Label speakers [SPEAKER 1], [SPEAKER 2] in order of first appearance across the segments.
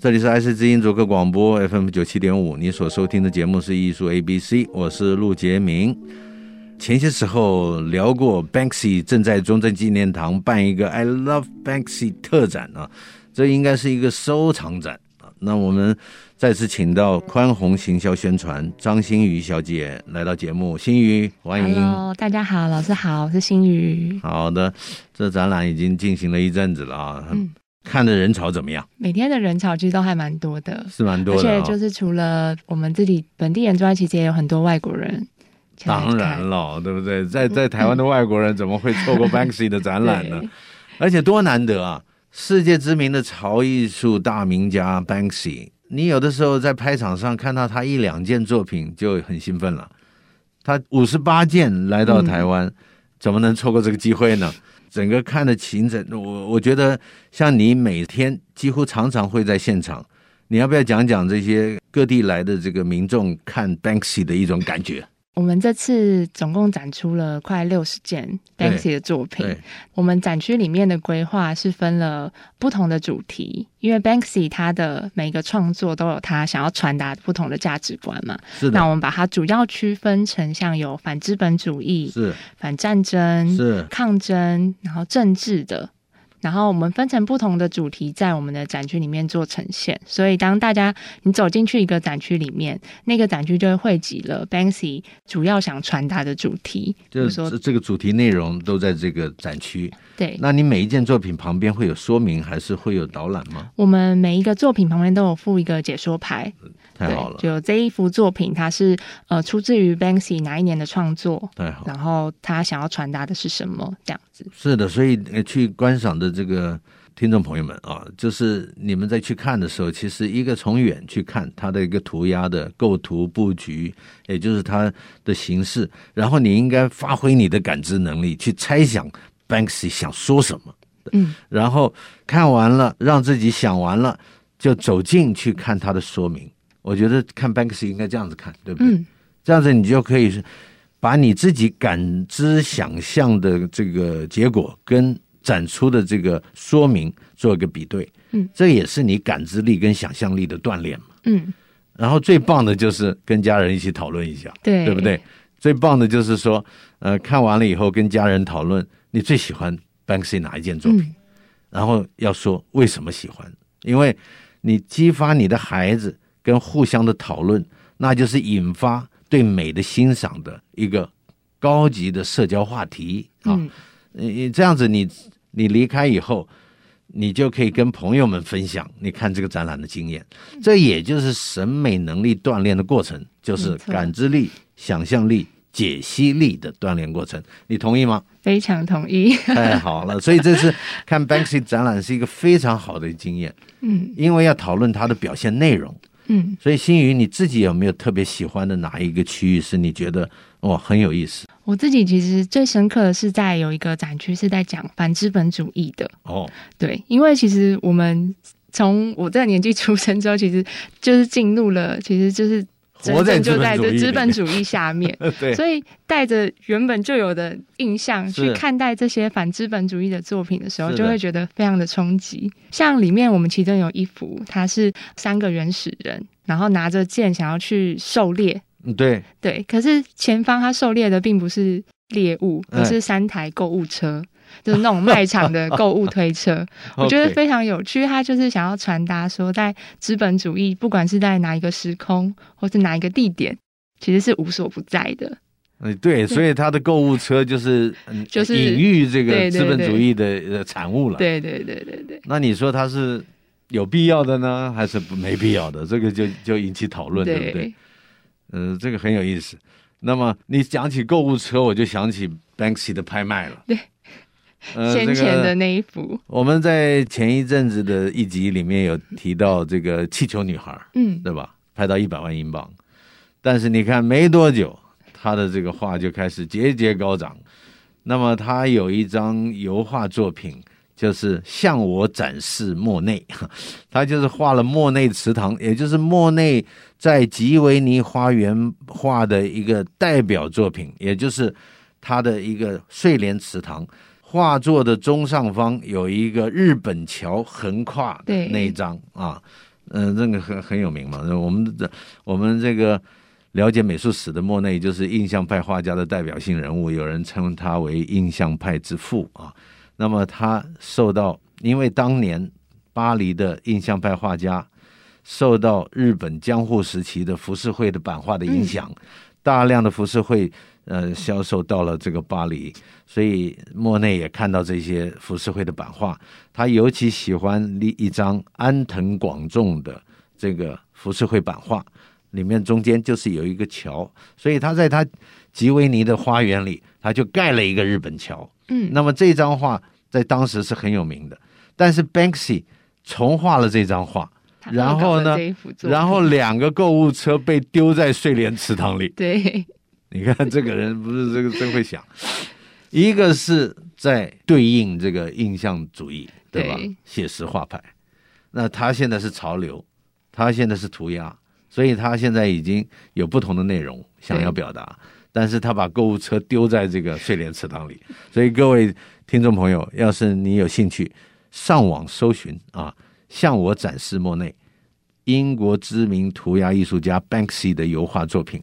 [SPEAKER 1] 这里是 IC 之音逐客广播 FM 九七点五，你所收听的节目是艺术 ABC，我是陆杰明。前些时候聊过，Banksy 正在中正纪念堂办一个 “I Love Banksy” 特展啊，这应该是一个收藏展啊。那我们再次请到宽宏行销宣传张馨予小姐来到节目，馨予欢迎。
[SPEAKER 2] Hello，大家好，老师好，我是心宇。
[SPEAKER 1] 好的，这展览已经进行了一阵子了啊，
[SPEAKER 2] 嗯
[SPEAKER 1] 看的人潮怎么样？
[SPEAKER 2] 每天的人潮其实都还蛮多的，
[SPEAKER 1] 是蛮多
[SPEAKER 2] 而
[SPEAKER 1] 的、
[SPEAKER 2] 且
[SPEAKER 1] 啊，
[SPEAKER 2] 就是除了我们自己本地人之外，其实也有很多外国人前来看。
[SPEAKER 1] 当然了，对不对？在在台湾的外国人怎么会错过 Banksy 的展览呢？
[SPEAKER 2] 嗯 对
[SPEAKER 1] 而且多难得啊！世界知名的潮艺术大名家 Banksy，你有的时候在拍场上看到他一两件作品就很兴奋了。他五十八件来到台
[SPEAKER 2] 嗯
[SPEAKER 1] 湾，怎么能错过这个机会呢？整个看的行程，我我觉得像你每天几乎常常会在现场，你要不要讲讲这些各地来的这个民众看 Banksy 的一种感觉？
[SPEAKER 2] 我们这次总共展出了快六十件
[SPEAKER 1] 对
[SPEAKER 2] Banksy 的作品
[SPEAKER 1] 对。，
[SPEAKER 2] 我们展区里面的规划是分了不同的主题，因为 Banksy 他的每个创作都有他想要传达不同的价值观嘛。
[SPEAKER 1] 是
[SPEAKER 2] 那
[SPEAKER 1] 的，
[SPEAKER 2] 我们把它主要区分成像有反资本主义、
[SPEAKER 1] 是
[SPEAKER 2] 反战争、
[SPEAKER 1] 是
[SPEAKER 2] 抗争，然后政治的。然后我们分成不同的主题，在我们的展区里面做呈现。所以，当大家你走进去一个展区里面，那个展区就会汇集了 Banksy 主要想传达的主题。比
[SPEAKER 1] 就
[SPEAKER 2] 如
[SPEAKER 1] 是
[SPEAKER 2] 说，
[SPEAKER 1] 这个主题内容都在这个展区。
[SPEAKER 2] 对，
[SPEAKER 1] 那你每一件作品旁边会有说明，还是会有导览吗？
[SPEAKER 2] 我们每一个作品旁边都有附一个解说牌，
[SPEAKER 1] 太好了
[SPEAKER 2] 对，，就这一幅作品它是呃出自于 Banksy 哪一年的创作，
[SPEAKER 1] 太好了。
[SPEAKER 2] 然后他想要传达的是什么，这样子。
[SPEAKER 1] 是的，所以呃去观赏的这个听众朋友们啊，就是你们在去看的时候，其实一个从远去看它的一个涂鸦的构图布局，也就是它的形式，然后你应该发挥你的感知能力去猜想 Banksy 想说什么。
[SPEAKER 2] 嗯，
[SPEAKER 1] 然后看完了，让自己想完了，就走进去看他的说明。我觉得看 Banksy 应该这样子看，对不对？
[SPEAKER 2] 嗯
[SPEAKER 1] 这样子你就可以把你自己感知、想象的这个结果跟展出的这个说明做一个比对。
[SPEAKER 2] 嗯，
[SPEAKER 1] 这也是你感知力跟想象力的锻炼嘛。
[SPEAKER 2] 嗯，
[SPEAKER 1] 然后最棒的就是跟家人一起讨论一下，
[SPEAKER 2] 对，
[SPEAKER 1] 对不对？？最棒的就是说，呃，看完了以后跟家人讨论你最喜欢 Banksy 哪一件作品。
[SPEAKER 2] 嗯，
[SPEAKER 1] 然后要说为什么喜欢，因为你激发你的孩子跟互相的讨论，那就是引发对美的欣赏的一个高级的社交话题啊。
[SPEAKER 2] 嗯
[SPEAKER 1] 你这样子你，你离开以后，你就可以跟朋友们分享你看这个展览的经验。
[SPEAKER 2] 嗯
[SPEAKER 1] 这也就是审美能力锻炼的过程，就是
[SPEAKER 2] 没错
[SPEAKER 1] 感知力、想象力、解析力的锻炼过程。你同意 吗？
[SPEAKER 2] 非常同意。
[SPEAKER 1] 太好了，所以这次看 Banksy 展览是一个非常好的经验，
[SPEAKER 2] 嗯
[SPEAKER 1] 因为要讨论它的表现内容。
[SPEAKER 2] 嗯，
[SPEAKER 1] 所以新宇，你自己有没有特别喜欢的哪一个区域是你觉得哇很有意思
[SPEAKER 2] 我自己其实最深刻的是在有一个展区是在讲反资本主义的，
[SPEAKER 1] 哦？
[SPEAKER 2] 对，因为其实我们从我这个年纪出生之后，其实就是进入了，其实就是
[SPEAKER 1] 活在
[SPEAKER 2] 真正就在这
[SPEAKER 1] 资
[SPEAKER 2] 资
[SPEAKER 1] 本
[SPEAKER 2] 本
[SPEAKER 1] 主。
[SPEAKER 2] 主义下面
[SPEAKER 1] 义里面， 对，
[SPEAKER 2] 所以带着原本就有的印象
[SPEAKER 1] 是
[SPEAKER 2] 去看待这些反资本主义的作品的时候，
[SPEAKER 1] 是的
[SPEAKER 2] 就会觉得非常的冲击。像里面我们其中有一幅，它是三个原始人，然后拿着剑想要去狩猎，
[SPEAKER 1] 嗯对，
[SPEAKER 2] 对，可是前方他狩猎的并不是猎物，
[SPEAKER 1] 哎
[SPEAKER 2] 而是三台购物车，就是那种卖场 的购物推车。我觉得
[SPEAKER 1] OK
[SPEAKER 2] 非常有趣，他就是想要传达说，在资本主义，不管是在哪一个时空或是哪一个地点，其实是无所不在的。
[SPEAKER 1] 嗯对，所以他的购物车就是嗯
[SPEAKER 2] 就是
[SPEAKER 1] 隐喻这个
[SPEAKER 2] 对对
[SPEAKER 1] 资本主义的呃产物了。
[SPEAKER 2] 对对对对对。
[SPEAKER 1] 那你说它是有必要的呢，还是不没必要的？这个就就引起讨论，对不对？
[SPEAKER 2] 对，
[SPEAKER 1] 嗯，这个很有意思。那么你讲起购物车，我就想起 Banksy 的拍卖了。
[SPEAKER 2] 对，
[SPEAKER 1] 呃，
[SPEAKER 2] 先
[SPEAKER 1] 这
[SPEAKER 2] 前
[SPEAKER 1] 个
[SPEAKER 2] 的那一幅，
[SPEAKER 1] 我们在前一阵子的一集里面有提到这个气球女孩，
[SPEAKER 2] 嗯，
[SPEAKER 1] 对吧？拍到一百万英镑，但是你看没多久，他的这个画就开始节节高涨。那么他有一张油画作品，就是向我展示莫内，他就是画了莫内池塘，也就是莫内在吉维尼花园画的一个代表作品，也就是他的一个睡莲池塘。画作的中上方有一个日本桥横跨的
[SPEAKER 2] 对
[SPEAKER 1] 那一张啊，嗯、那个很很有名嘛。那我们的我们这个了解美术史的莫内，就是印象派画家的代表性人物，有人称他为印象派之父啊。那么他受到，因为当年巴黎的印象派画家受到日本江户时期的浮世绘的版画的影响，大量的浮世绘呃销售到了这个巴黎，所以莫内也看到这些浮世绘的版画，他尤其喜欢一一张安藤广重的这个浮世绘版画，里面中间就是有一个桥，所以他在他吉维尼的花园里，他就盖了一个日本桥。
[SPEAKER 2] 嗯，
[SPEAKER 1] 那么这张画在当时是很有名的，但是 Banksy 重画了这张画，
[SPEAKER 2] 他
[SPEAKER 1] 然
[SPEAKER 2] 恶搞
[SPEAKER 1] 后
[SPEAKER 2] 了
[SPEAKER 1] 呢
[SPEAKER 2] 这一幅作
[SPEAKER 1] 然后
[SPEAKER 2] 品
[SPEAKER 1] 两个购物车被丢在睡莲池塘里。
[SPEAKER 2] 对，
[SPEAKER 1] 你看这个人不是这个真会想，一个是在对应这个印象主义，对吧？
[SPEAKER 2] 对
[SPEAKER 1] 写实画派，那他现在是潮流，他现在是涂鸦，所以他现在已经有不同的内容想要表达，但是他把购物车丢在这个睡莲池塘里，所以各位听众朋友，要是你有兴趣，上网搜寻啊，向我展示莫内。英国知名涂鸦艺术家 Banksy 的油画作品，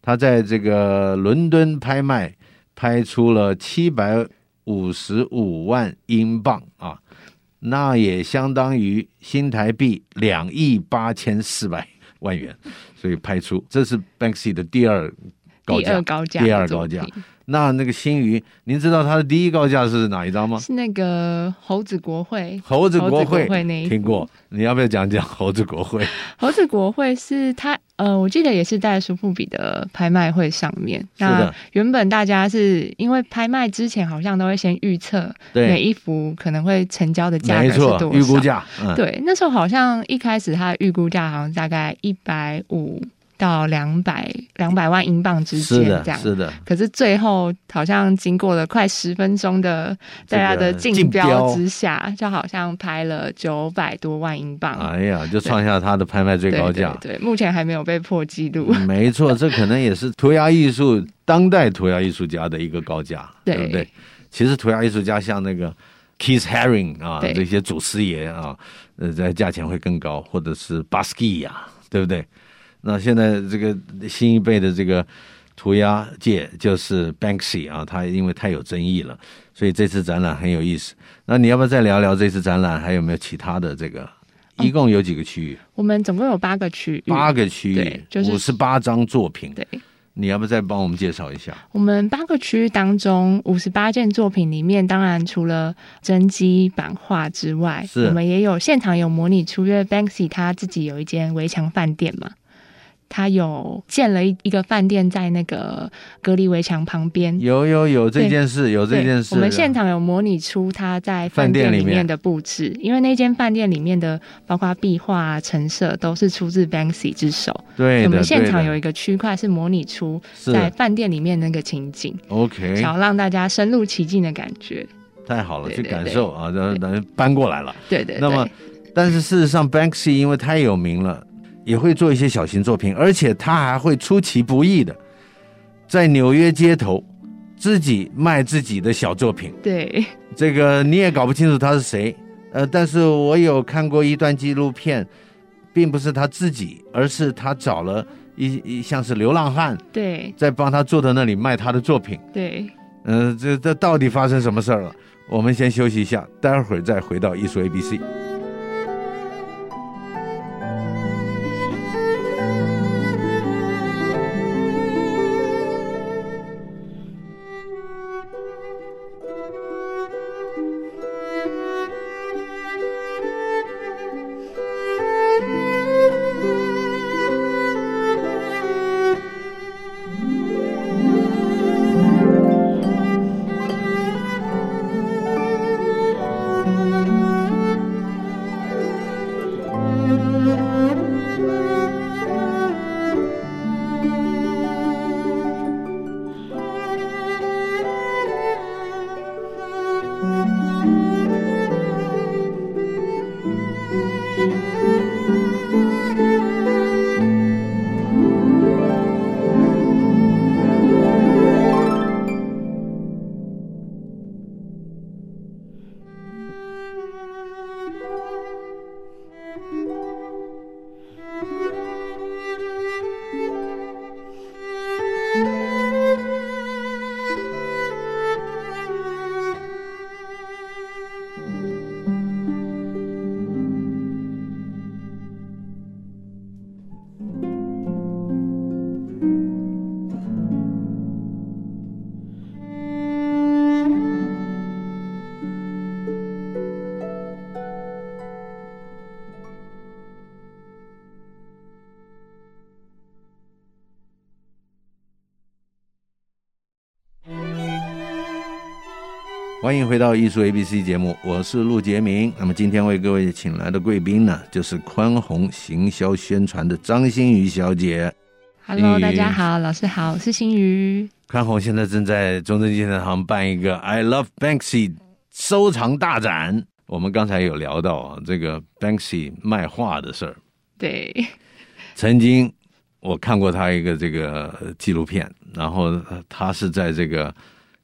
[SPEAKER 1] 他在这个伦敦拍卖拍出了七百五十五万英镑啊，那也相当于新台币两亿八千四百万元，所以拍出这是 Banksy 的第二高
[SPEAKER 2] 第
[SPEAKER 1] 价
[SPEAKER 2] 二。高价，
[SPEAKER 1] 第二高价那那个新余，您知道他的第一高价是哪一张吗？
[SPEAKER 2] 是那个猴子国会，
[SPEAKER 1] 猴子国
[SPEAKER 2] 猴子
[SPEAKER 1] 会
[SPEAKER 2] 国会那一幅
[SPEAKER 1] 听过，你要不要讲讲猴子国 会？
[SPEAKER 2] 猴子国会是它，呃，我记得也是在苏富比的拍卖会上面。
[SPEAKER 1] 是的
[SPEAKER 2] 那原本大家是因为拍卖之前好像都会先预测每
[SPEAKER 1] 对，
[SPEAKER 2] 一幅可能会成交的价格
[SPEAKER 1] 没
[SPEAKER 2] 是
[SPEAKER 1] 错
[SPEAKER 2] 多，少，
[SPEAKER 1] 预估。价，嗯，
[SPEAKER 2] 对，那时候好像一开始它的预估价好像大概一百五到两百两百万英镑之间
[SPEAKER 1] 是
[SPEAKER 2] 这
[SPEAKER 1] 的，
[SPEAKER 2] 样。
[SPEAKER 1] 是的，
[SPEAKER 2] 可是最后好像经过了快十分钟的大家的
[SPEAKER 1] 这个
[SPEAKER 2] 竞
[SPEAKER 1] 竞
[SPEAKER 2] 标
[SPEAKER 1] 标
[SPEAKER 2] 之下，就好像拍了九百多万英镑。
[SPEAKER 1] 哎呀，就创下他的拍卖最
[SPEAKER 2] 啊对
[SPEAKER 1] 高价。嗯
[SPEAKER 2] 对对，目前还没有被破纪录。
[SPEAKER 1] 没错，这可能也是涂鸦艺术当代涂鸦艺术家的一个高价，
[SPEAKER 2] 对
[SPEAKER 1] 不对？其实涂鸦艺术家像那个 Keith Haring 啊，
[SPEAKER 2] 对
[SPEAKER 1] 这些祖师爷啊，呃，在价钱会更高，或者是 Basquiat 呀、对不对？那现在这个新一辈的这个涂鸦界就是 Banksy 啊，他因为太有争议了，所以这次展览很有意思。那你要不要再聊聊这次展览还有没有其他的这个？
[SPEAKER 2] 哦
[SPEAKER 1] 一共有几个区域？
[SPEAKER 2] 我们总共有八个区域，
[SPEAKER 1] 八个区域
[SPEAKER 2] 对，就是
[SPEAKER 1] 五十八张作品。
[SPEAKER 2] 对。
[SPEAKER 1] 你要不要再帮我们介绍一下？
[SPEAKER 2] 我们八个区域当中，五十八件作品里面，当然除了真机版画之外，
[SPEAKER 1] 是
[SPEAKER 2] 我们也有现场有模拟出，因为 Banksy 他自己有一间围墙饭店嘛，他有建了一一个饭店在那个隔离围墙旁边。
[SPEAKER 1] 有有有这件事，有这
[SPEAKER 2] 对
[SPEAKER 1] 件事。啊
[SPEAKER 2] 我们现场有模拟出他在饭
[SPEAKER 1] 饭店
[SPEAKER 2] 店
[SPEAKER 1] 里
[SPEAKER 2] 里面
[SPEAKER 1] 面
[SPEAKER 2] 的布置，因为那间饭店里面的包括壁画啊、陈设都是出自 Banksy 之手。
[SPEAKER 1] 对
[SPEAKER 2] 我
[SPEAKER 1] 的，
[SPEAKER 2] 们现
[SPEAKER 1] 对
[SPEAKER 2] 场
[SPEAKER 1] 的
[SPEAKER 2] 有一个区块是模拟出在
[SPEAKER 1] 是
[SPEAKER 2] 饭店里面那个情景，
[SPEAKER 1] OK，
[SPEAKER 2] 想要让大家深入其境的感觉。
[SPEAKER 1] 太好了，
[SPEAKER 2] 对
[SPEAKER 1] 去
[SPEAKER 2] 对
[SPEAKER 1] 感
[SPEAKER 2] 对
[SPEAKER 1] 受啊，然后等于搬过来了。
[SPEAKER 2] 对对对，
[SPEAKER 1] 那么，但是事实上，Banksy 因为太有名了，也会做一些小型作品，而且他还会出其不意的在纽约街头自己卖自己的小作品。
[SPEAKER 2] 对
[SPEAKER 1] 这个你也搞不清楚他是谁。呃，但是我有看过一段纪录片，并不是他自己，而是他找了一一像是流浪汉
[SPEAKER 2] 对
[SPEAKER 1] 在帮他坐在那里卖他的作品。
[SPEAKER 2] 对，
[SPEAKER 1] 嗯、这这到底发生什么事儿了？我们先休息一下，待会儿再回到艺术 A B C。
[SPEAKER 3] Thank
[SPEAKER 1] 欢迎回到艺术 A B C 节目，我是陆杰明。那么今天为各位请来的贵宾呢，就是宽宏行销宣传的张馨予小姐。
[SPEAKER 2] Hello，
[SPEAKER 1] 嗯
[SPEAKER 2] 大家好，老师好，我是新瑜。
[SPEAKER 1] 宽宏现在正在中正纪念堂办一个 “I Love Banksy” 收藏大展。我们刚才有聊到啊，这个 Banksy 卖画的事儿。
[SPEAKER 2] 对，
[SPEAKER 1] 曾经我看过他一个这个纪录片，然后呃他是在这个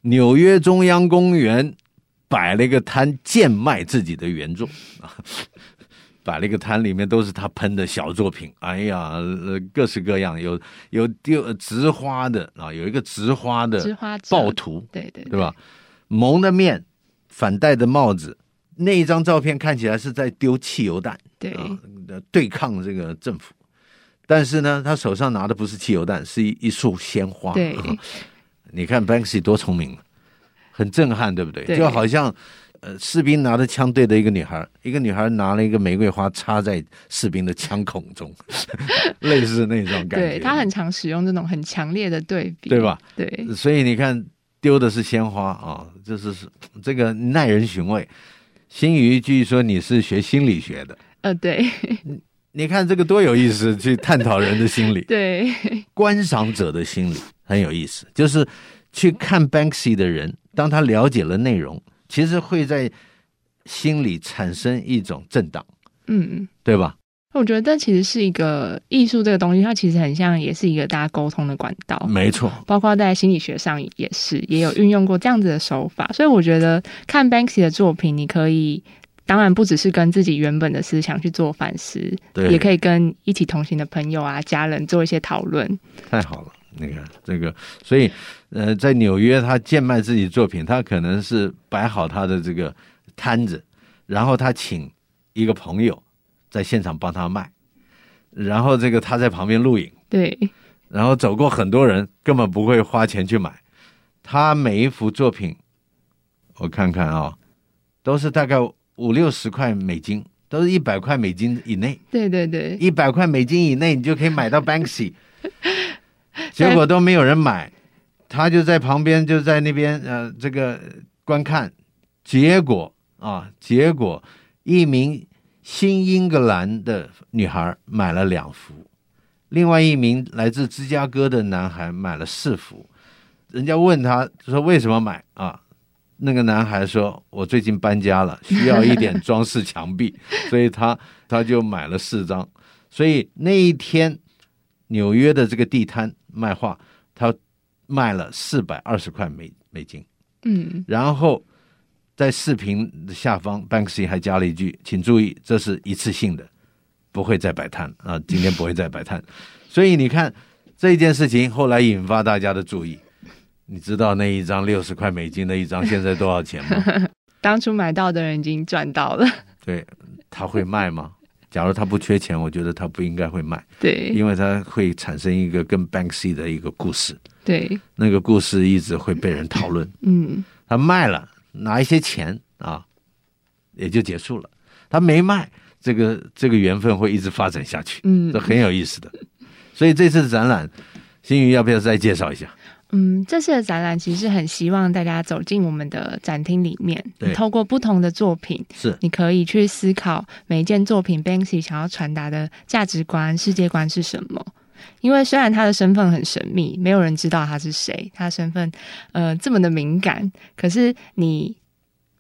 [SPEAKER 1] 纽约中央公园摆了一个摊，贱卖自己的原作 啊，摆了一个摊，里面都是他喷的小作品。哎呀，呃各式各样，有有丢植花的啊，有一个植花
[SPEAKER 2] 知
[SPEAKER 1] 的
[SPEAKER 2] 花者
[SPEAKER 1] 暴，徒，
[SPEAKER 2] 对对
[SPEAKER 1] 对吧？？蒙的面，反戴的帽子，那一张照片看起来是在丢汽油弹。
[SPEAKER 2] 对，
[SPEAKER 1] 啊，呃对抗这个政府。但是呢，他手上拿的不是汽油弹，是一一束鲜花。
[SPEAKER 2] 对
[SPEAKER 1] 你看 Banksy 多聪明，啊很震撼，对不对？
[SPEAKER 2] 对
[SPEAKER 1] 就好像呃，士兵拿着枪对着一个女孩，一个女孩拿了一个玫瑰花插在士兵的枪孔中， 类似那种感觉。
[SPEAKER 2] 对他很常使用这种很强烈的对比，
[SPEAKER 1] 对吧？
[SPEAKER 2] 对，
[SPEAKER 1] 所以你看，丢的是鲜花啊，这是这个耐人寻味。新宇，据说你是学心理学的，
[SPEAKER 2] 呃，对
[SPEAKER 1] 你看这个多有意思，去探讨人的心理。
[SPEAKER 2] 对，
[SPEAKER 1] 观赏者的心理很有意思，就是去看 Banksy 的人，当他了解了内容，其实会在心里产生一种震荡，
[SPEAKER 2] 嗯。
[SPEAKER 1] 对吧？
[SPEAKER 2] 我觉得这其实是一个艺术这个东西，它其实很像，也是一个大家沟通的管道。
[SPEAKER 1] 没错，
[SPEAKER 2] 包括在心理学上也是，也有运用过这样子的手法。所以我觉得看 Banksy 的作品，你可以当然不只是跟自己原本的思想去做反思，
[SPEAKER 1] 对
[SPEAKER 2] 也可以跟一起同行的朋友啊、家人做一些讨论。
[SPEAKER 1] 太好了。你看这个，所以呃，在纽约他贱卖自己作品，他可能是摆好他的这个摊子，然后他请一个朋友在现场帮他卖，然后这个他在旁边录影。
[SPEAKER 2] 对
[SPEAKER 1] 然后走过很多人，根本不会花钱去买。他每一幅作品，我看看啊、都是大概五六十块美金，都是一百块美金以内，
[SPEAKER 2] 对对对，
[SPEAKER 1] 一百块美金以内你就可以买到 Banksy，结果都没有人买，他就在旁边就在那边呃这个观看，结果啊，结果一名新英格兰的女孩买了两幅，另外一名来自芝加哥的男孩买了四幅。人家问他说为什么买啊？那个男孩说：“我最近搬家了，需要一点装饰墙壁，所以他他就买了四张。所以那一天，纽约的这个地摊卖画，他卖了四百二十块美美金。
[SPEAKER 2] 嗯，
[SPEAKER 1] 然后在视频的下方，Banksy 还加了一句：“请注意，这是一次性的，不会再摆摊啊，今天不会再摆摊。” 所以你看这件事情后来引发大家的注意。你知道那一张六十块美金的一张现在多少钱吗？
[SPEAKER 2] 当初买到的人已经赚到 了。
[SPEAKER 1] 对，他会卖吗？假如他不缺钱，我觉得他不应该会卖，
[SPEAKER 2] 对
[SPEAKER 1] 因为他会产生一个跟 Banksy 的一个故事，
[SPEAKER 2] 对，
[SPEAKER 1] 那个故事一直会被人讨论。
[SPEAKER 2] 嗯，
[SPEAKER 1] 他卖了拿一些钱啊，也就结束了。他没卖，这个这个缘分会一直发展下去，
[SPEAKER 2] 嗯
[SPEAKER 1] 这很有意思的。所以这次展览，新宇要不要再介绍一下？
[SPEAKER 2] 嗯，这次的展览其实很希望大家走进我们的展厅里面
[SPEAKER 1] 对，
[SPEAKER 2] 透过不同的作品，
[SPEAKER 1] 是
[SPEAKER 2] 你可以去思考每一件作品 Banksy 想要传达的价值观、世界观是什么。因为虽然他的身份很神秘，没有人知道他是谁，他的身份呃这么的敏感，可是你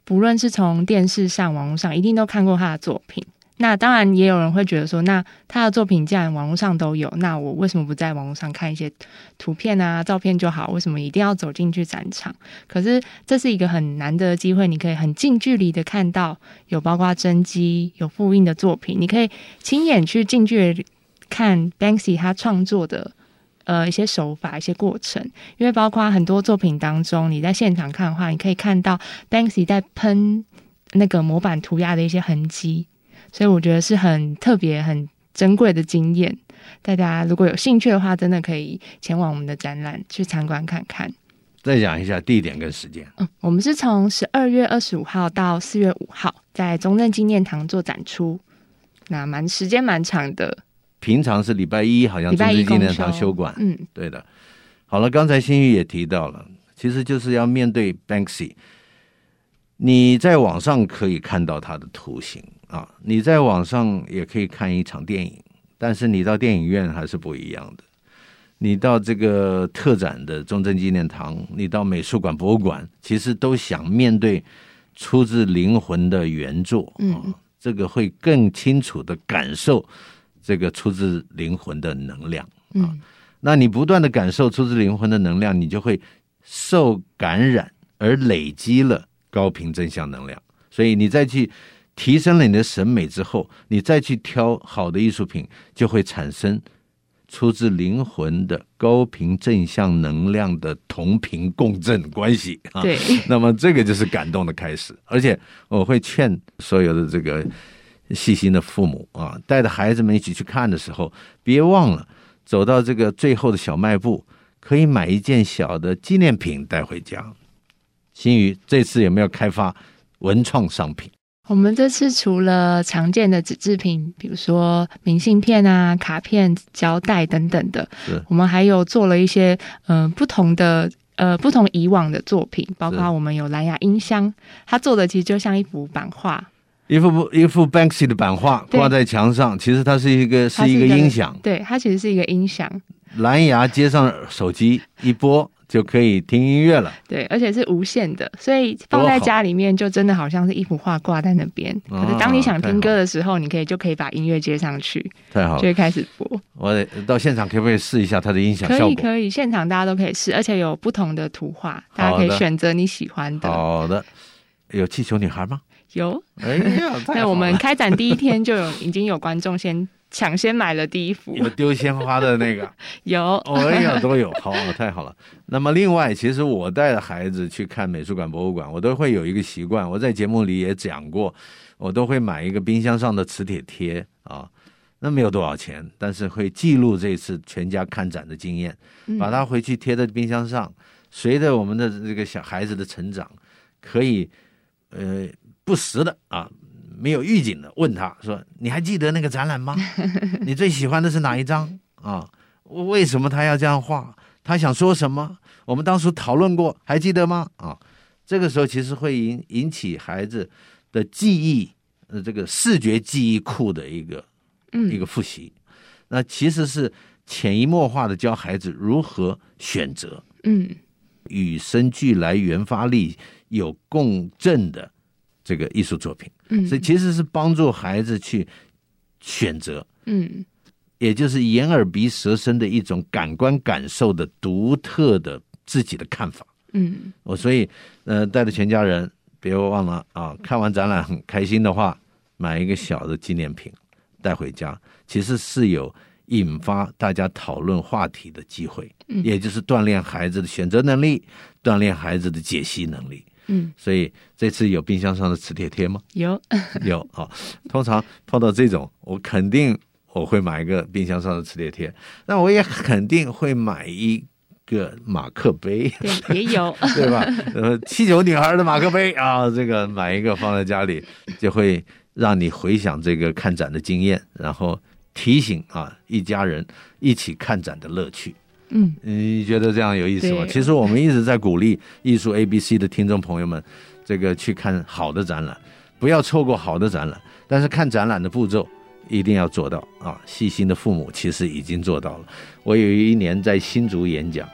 [SPEAKER 2] 不论是从电视上、网络上，一定都看过他的作品。那当然，也有人会觉得说，那他的作品既然网络上都有，那我为什么不在网络上看一些图片啊、照片就好？为什么一定要走进去展场？可是这是一个很难得的机会，你可以很近距离的看到有包括真迹、有复印的作品，你可以亲眼去近距离看 Banksy 他创作的呃一些手法、一些过程。因为包括很多作品当中，你在现场看的话，你可以看到 Banksy 在喷那个模板涂鸦的一些痕迹，所以我觉得是很特别、很珍贵的经验。大家如果有兴趣的话，真的可以前往我们的展览去参观看看。
[SPEAKER 1] 再讲一下地点跟时间。
[SPEAKER 2] 嗯，我们是从十二月二十五号到四月五号在中正纪念堂做展出，那蛮时间蛮长的。
[SPEAKER 1] 平常是礼拜一，好像
[SPEAKER 2] 礼
[SPEAKER 1] 中
[SPEAKER 2] 拜一
[SPEAKER 1] 正纪
[SPEAKER 2] 公
[SPEAKER 1] 念堂休馆，
[SPEAKER 2] 嗯，
[SPEAKER 1] 对的。好了，刚才新宇也提到了，其实就是要面对 Banksy。你在网上可以看到它的图形啊，你在网上也可以看一场电影，但是你到电影院还是不一样的。你到这个特展的中正纪念堂，你到美术馆、博物馆，其实都想面对出自灵魂的原作，
[SPEAKER 2] 嗯
[SPEAKER 1] 啊，这个会更清楚的感受这个出自灵魂的能量。
[SPEAKER 2] 嗯
[SPEAKER 1] 那你不断的感受出自灵魂的能量，你就会受感染而累积了高频正向能量。所以你再去提升了你的审美之后，你再去挑好的艺术品，就会产生出自灵魂的高频正向能量的同频共振关系 啊。
[SPEAKER 2] 对，
[SPEAKER 1] 那么这个就是感动的开始。而且我会劝所有的这个细心的父母啊，带着孩子们一起去看的时候，别忘了走到这个最后的小卖部，可以买一件小的纪念品带回家。新宇这次有没有开发文创商品？
[SPEAKER 2] 我们这次除了常见的纸制品，比如说明信片啊、卡片、胶带等等的
[SPEAKER 1] 是，
[SPEAKER 2] 我们还有做了一些呃不同的呃不同以往的作品，包括我们有蓝牙音箱，它做的其实就像一幅版画，
[SPEAKER 1] 一幅一幅 Banksy 的版画
[SPEAKER 2] 对
[SPEAKER 1] 挂在墙上，其实它是一个
[SPEAKER 2] 它
[SPEAKER 1] 是一个音响，
[SPEAKER 2] 对，它其实是一个音响，
[SPEAKER 1] 蓝牙接上手机一播就可以听音乐了。
[SPEAKER 2] 对，而且是无线的，所以放在
[SPEAKER 1] 多好
[SPEAKER 2] 家里面就真的好像是一幅画挂在那边。
[SPEAKER 1] 啊
[SPEAKER 2] 可是当你想
[SPEAKER 1] 太
[SPEAKER 2] 听
[SPEAKER 1] 好
[SPEAKER 2] 歌的时候，你可以就可以把音乐接上去，
[SPEAKER 1] 太好
[SPEAKER 2] 就
[SPEAKER 1] 了，
[SPEAKER 2] 会开始播。
[SPEAKER 1] 我得到现场可不可以试一下它的音响
[SPEAKER 2] 可
[SPEAKER 1] 效
[SPEAKER 2] 以
[SPEAKER 1] 果？
[SPEAKER 2] 可以，现场大家都可以试，而且有不同的图画，大家
[SPEAKER 1] 好
[SPEAKER 2] 可以
[SPEAKER 1] 的
[SPEAKER 2] 选择你喜欢的。
[SPEAKER 1] 好的，有气球女孩吗？
[SPEAKER 2] 有，
[SPEAKER 1] 哎呀，太好
[SPEAKER 2] 那我们
[SPEAKER 1] 了
[SPEAKER 2] 开展第一天就有已经有观众先抢先买了第一幅，
[SPEAKER 1] 有丢鲜花的那个，
[SPEAKER 2] 有
[SPEAKER 1] 哦哎呀都有，好，太好了。那么另外，其实我带着孩子去看美术馆、博物馆，我都会有一个习惯，我在节目里也讲过，我都会买一个冰箱上的磁铁贴啊。那没有多少钱，但是会记录这次全家看展的经验，把它回去贴在冰箱上。随着我们的这个小孩子的成长，可以呃不时的啊，没有预警的问他说：“你还记得那个展览吗？你最喜欢的是哪一张啊？为什么他要这样画？他想说什么？我们当初讨论过，还记得吗？”啊，这个时候其实会引引起孩子的记忆，呃，这个视觉记忆库的一个一
[SPEAKER 2] 嗯
[SPEAKER 1] 个复习。那其实是潜移默化的教孩子如何选择，
[SPEAKER 2] 嗯
[SPEAKER 1] 与生俱来原发力有共振的这个艺术作品，
[SPEAKER 2] 嗯
[SPEAKER 1] 所以其实是帮助孩子去选择，
[SPEAKER 2] 嗯
[SPEAKER 1] 也就是眼耳鼻舌身的一种感官感受的独特的自己的看法。
[SPEAKER 2] 嗯
[SPEAKER 1] 我所以呃，带着全家人，别忘了啊，看完展览很开心的话，买一个小的纪念品带回家，其实是有引发大家讨论话题的机会，
[SPEAKER 2] 嗯
[SPEAKER 1] 也就是锻炼孩子的选择能力，锻炼孩子的解析能力。
[SPEAKER 2] 嗯，
[SPEAKER 1] 所以这次有冰箱上的磁铁贴吗？
[SPEAKER 2] 有，
[SPEAKER 1] 有啊、通常碰到这种，我肯定我会买一个冰箱上的磁铁贴，那我也肯定会买一个马克杯。
[SPEAKER 2] 对，也 有，
[SPEAKER 1] 对吧？呃，七九女孩的马克杯啊，这个买一个放在家里，就会让你回想这个看展的经验，然后提醒啊一家人一起看展的乐趣。
[SPEAKER 2] 嗯
[SPEAKER 1] 你觉得这样有意思吗？
[SPEAKER 2] 对
[SPEAKER 1] 其实我们一直在鼓励艺术 A B C 的听众朋友们，这个去看好的展览，不要错过好的展览。但是看展览的步骤一定要做到啊！细心的父母其实已经做到了。我有一年在新竹演讲，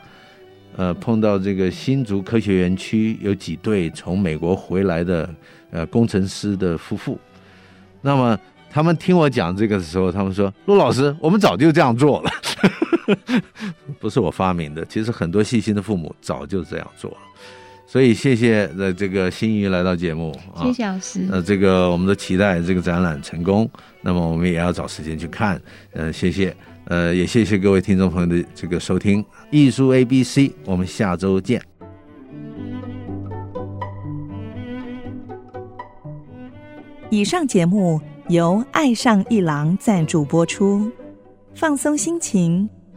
[SPEAKER 1] 呃，碰到这个新竹科学园区有几对从美国回来的呃工程师的夫妇，那么他们听我讲这个的时候，他们说：“陆老师，我们早就这样做了。” 不是我发明的，其实很多细心的父母早就这样做了。所以谢谢呃这个新宇来到节目啊，
[SPEAKER 2] 谢谢老师，
[SPEAKER 1] 呃，这个我们都期待这个展览成功，那么我们也要找时间去看。呃，谢谢，呃，也谢谢各位听众朋友的这个收听，艺术 A B C，我们下周见。
[SPEAKER 3] 以上节目由爱上一郎赞助播出，放松心情，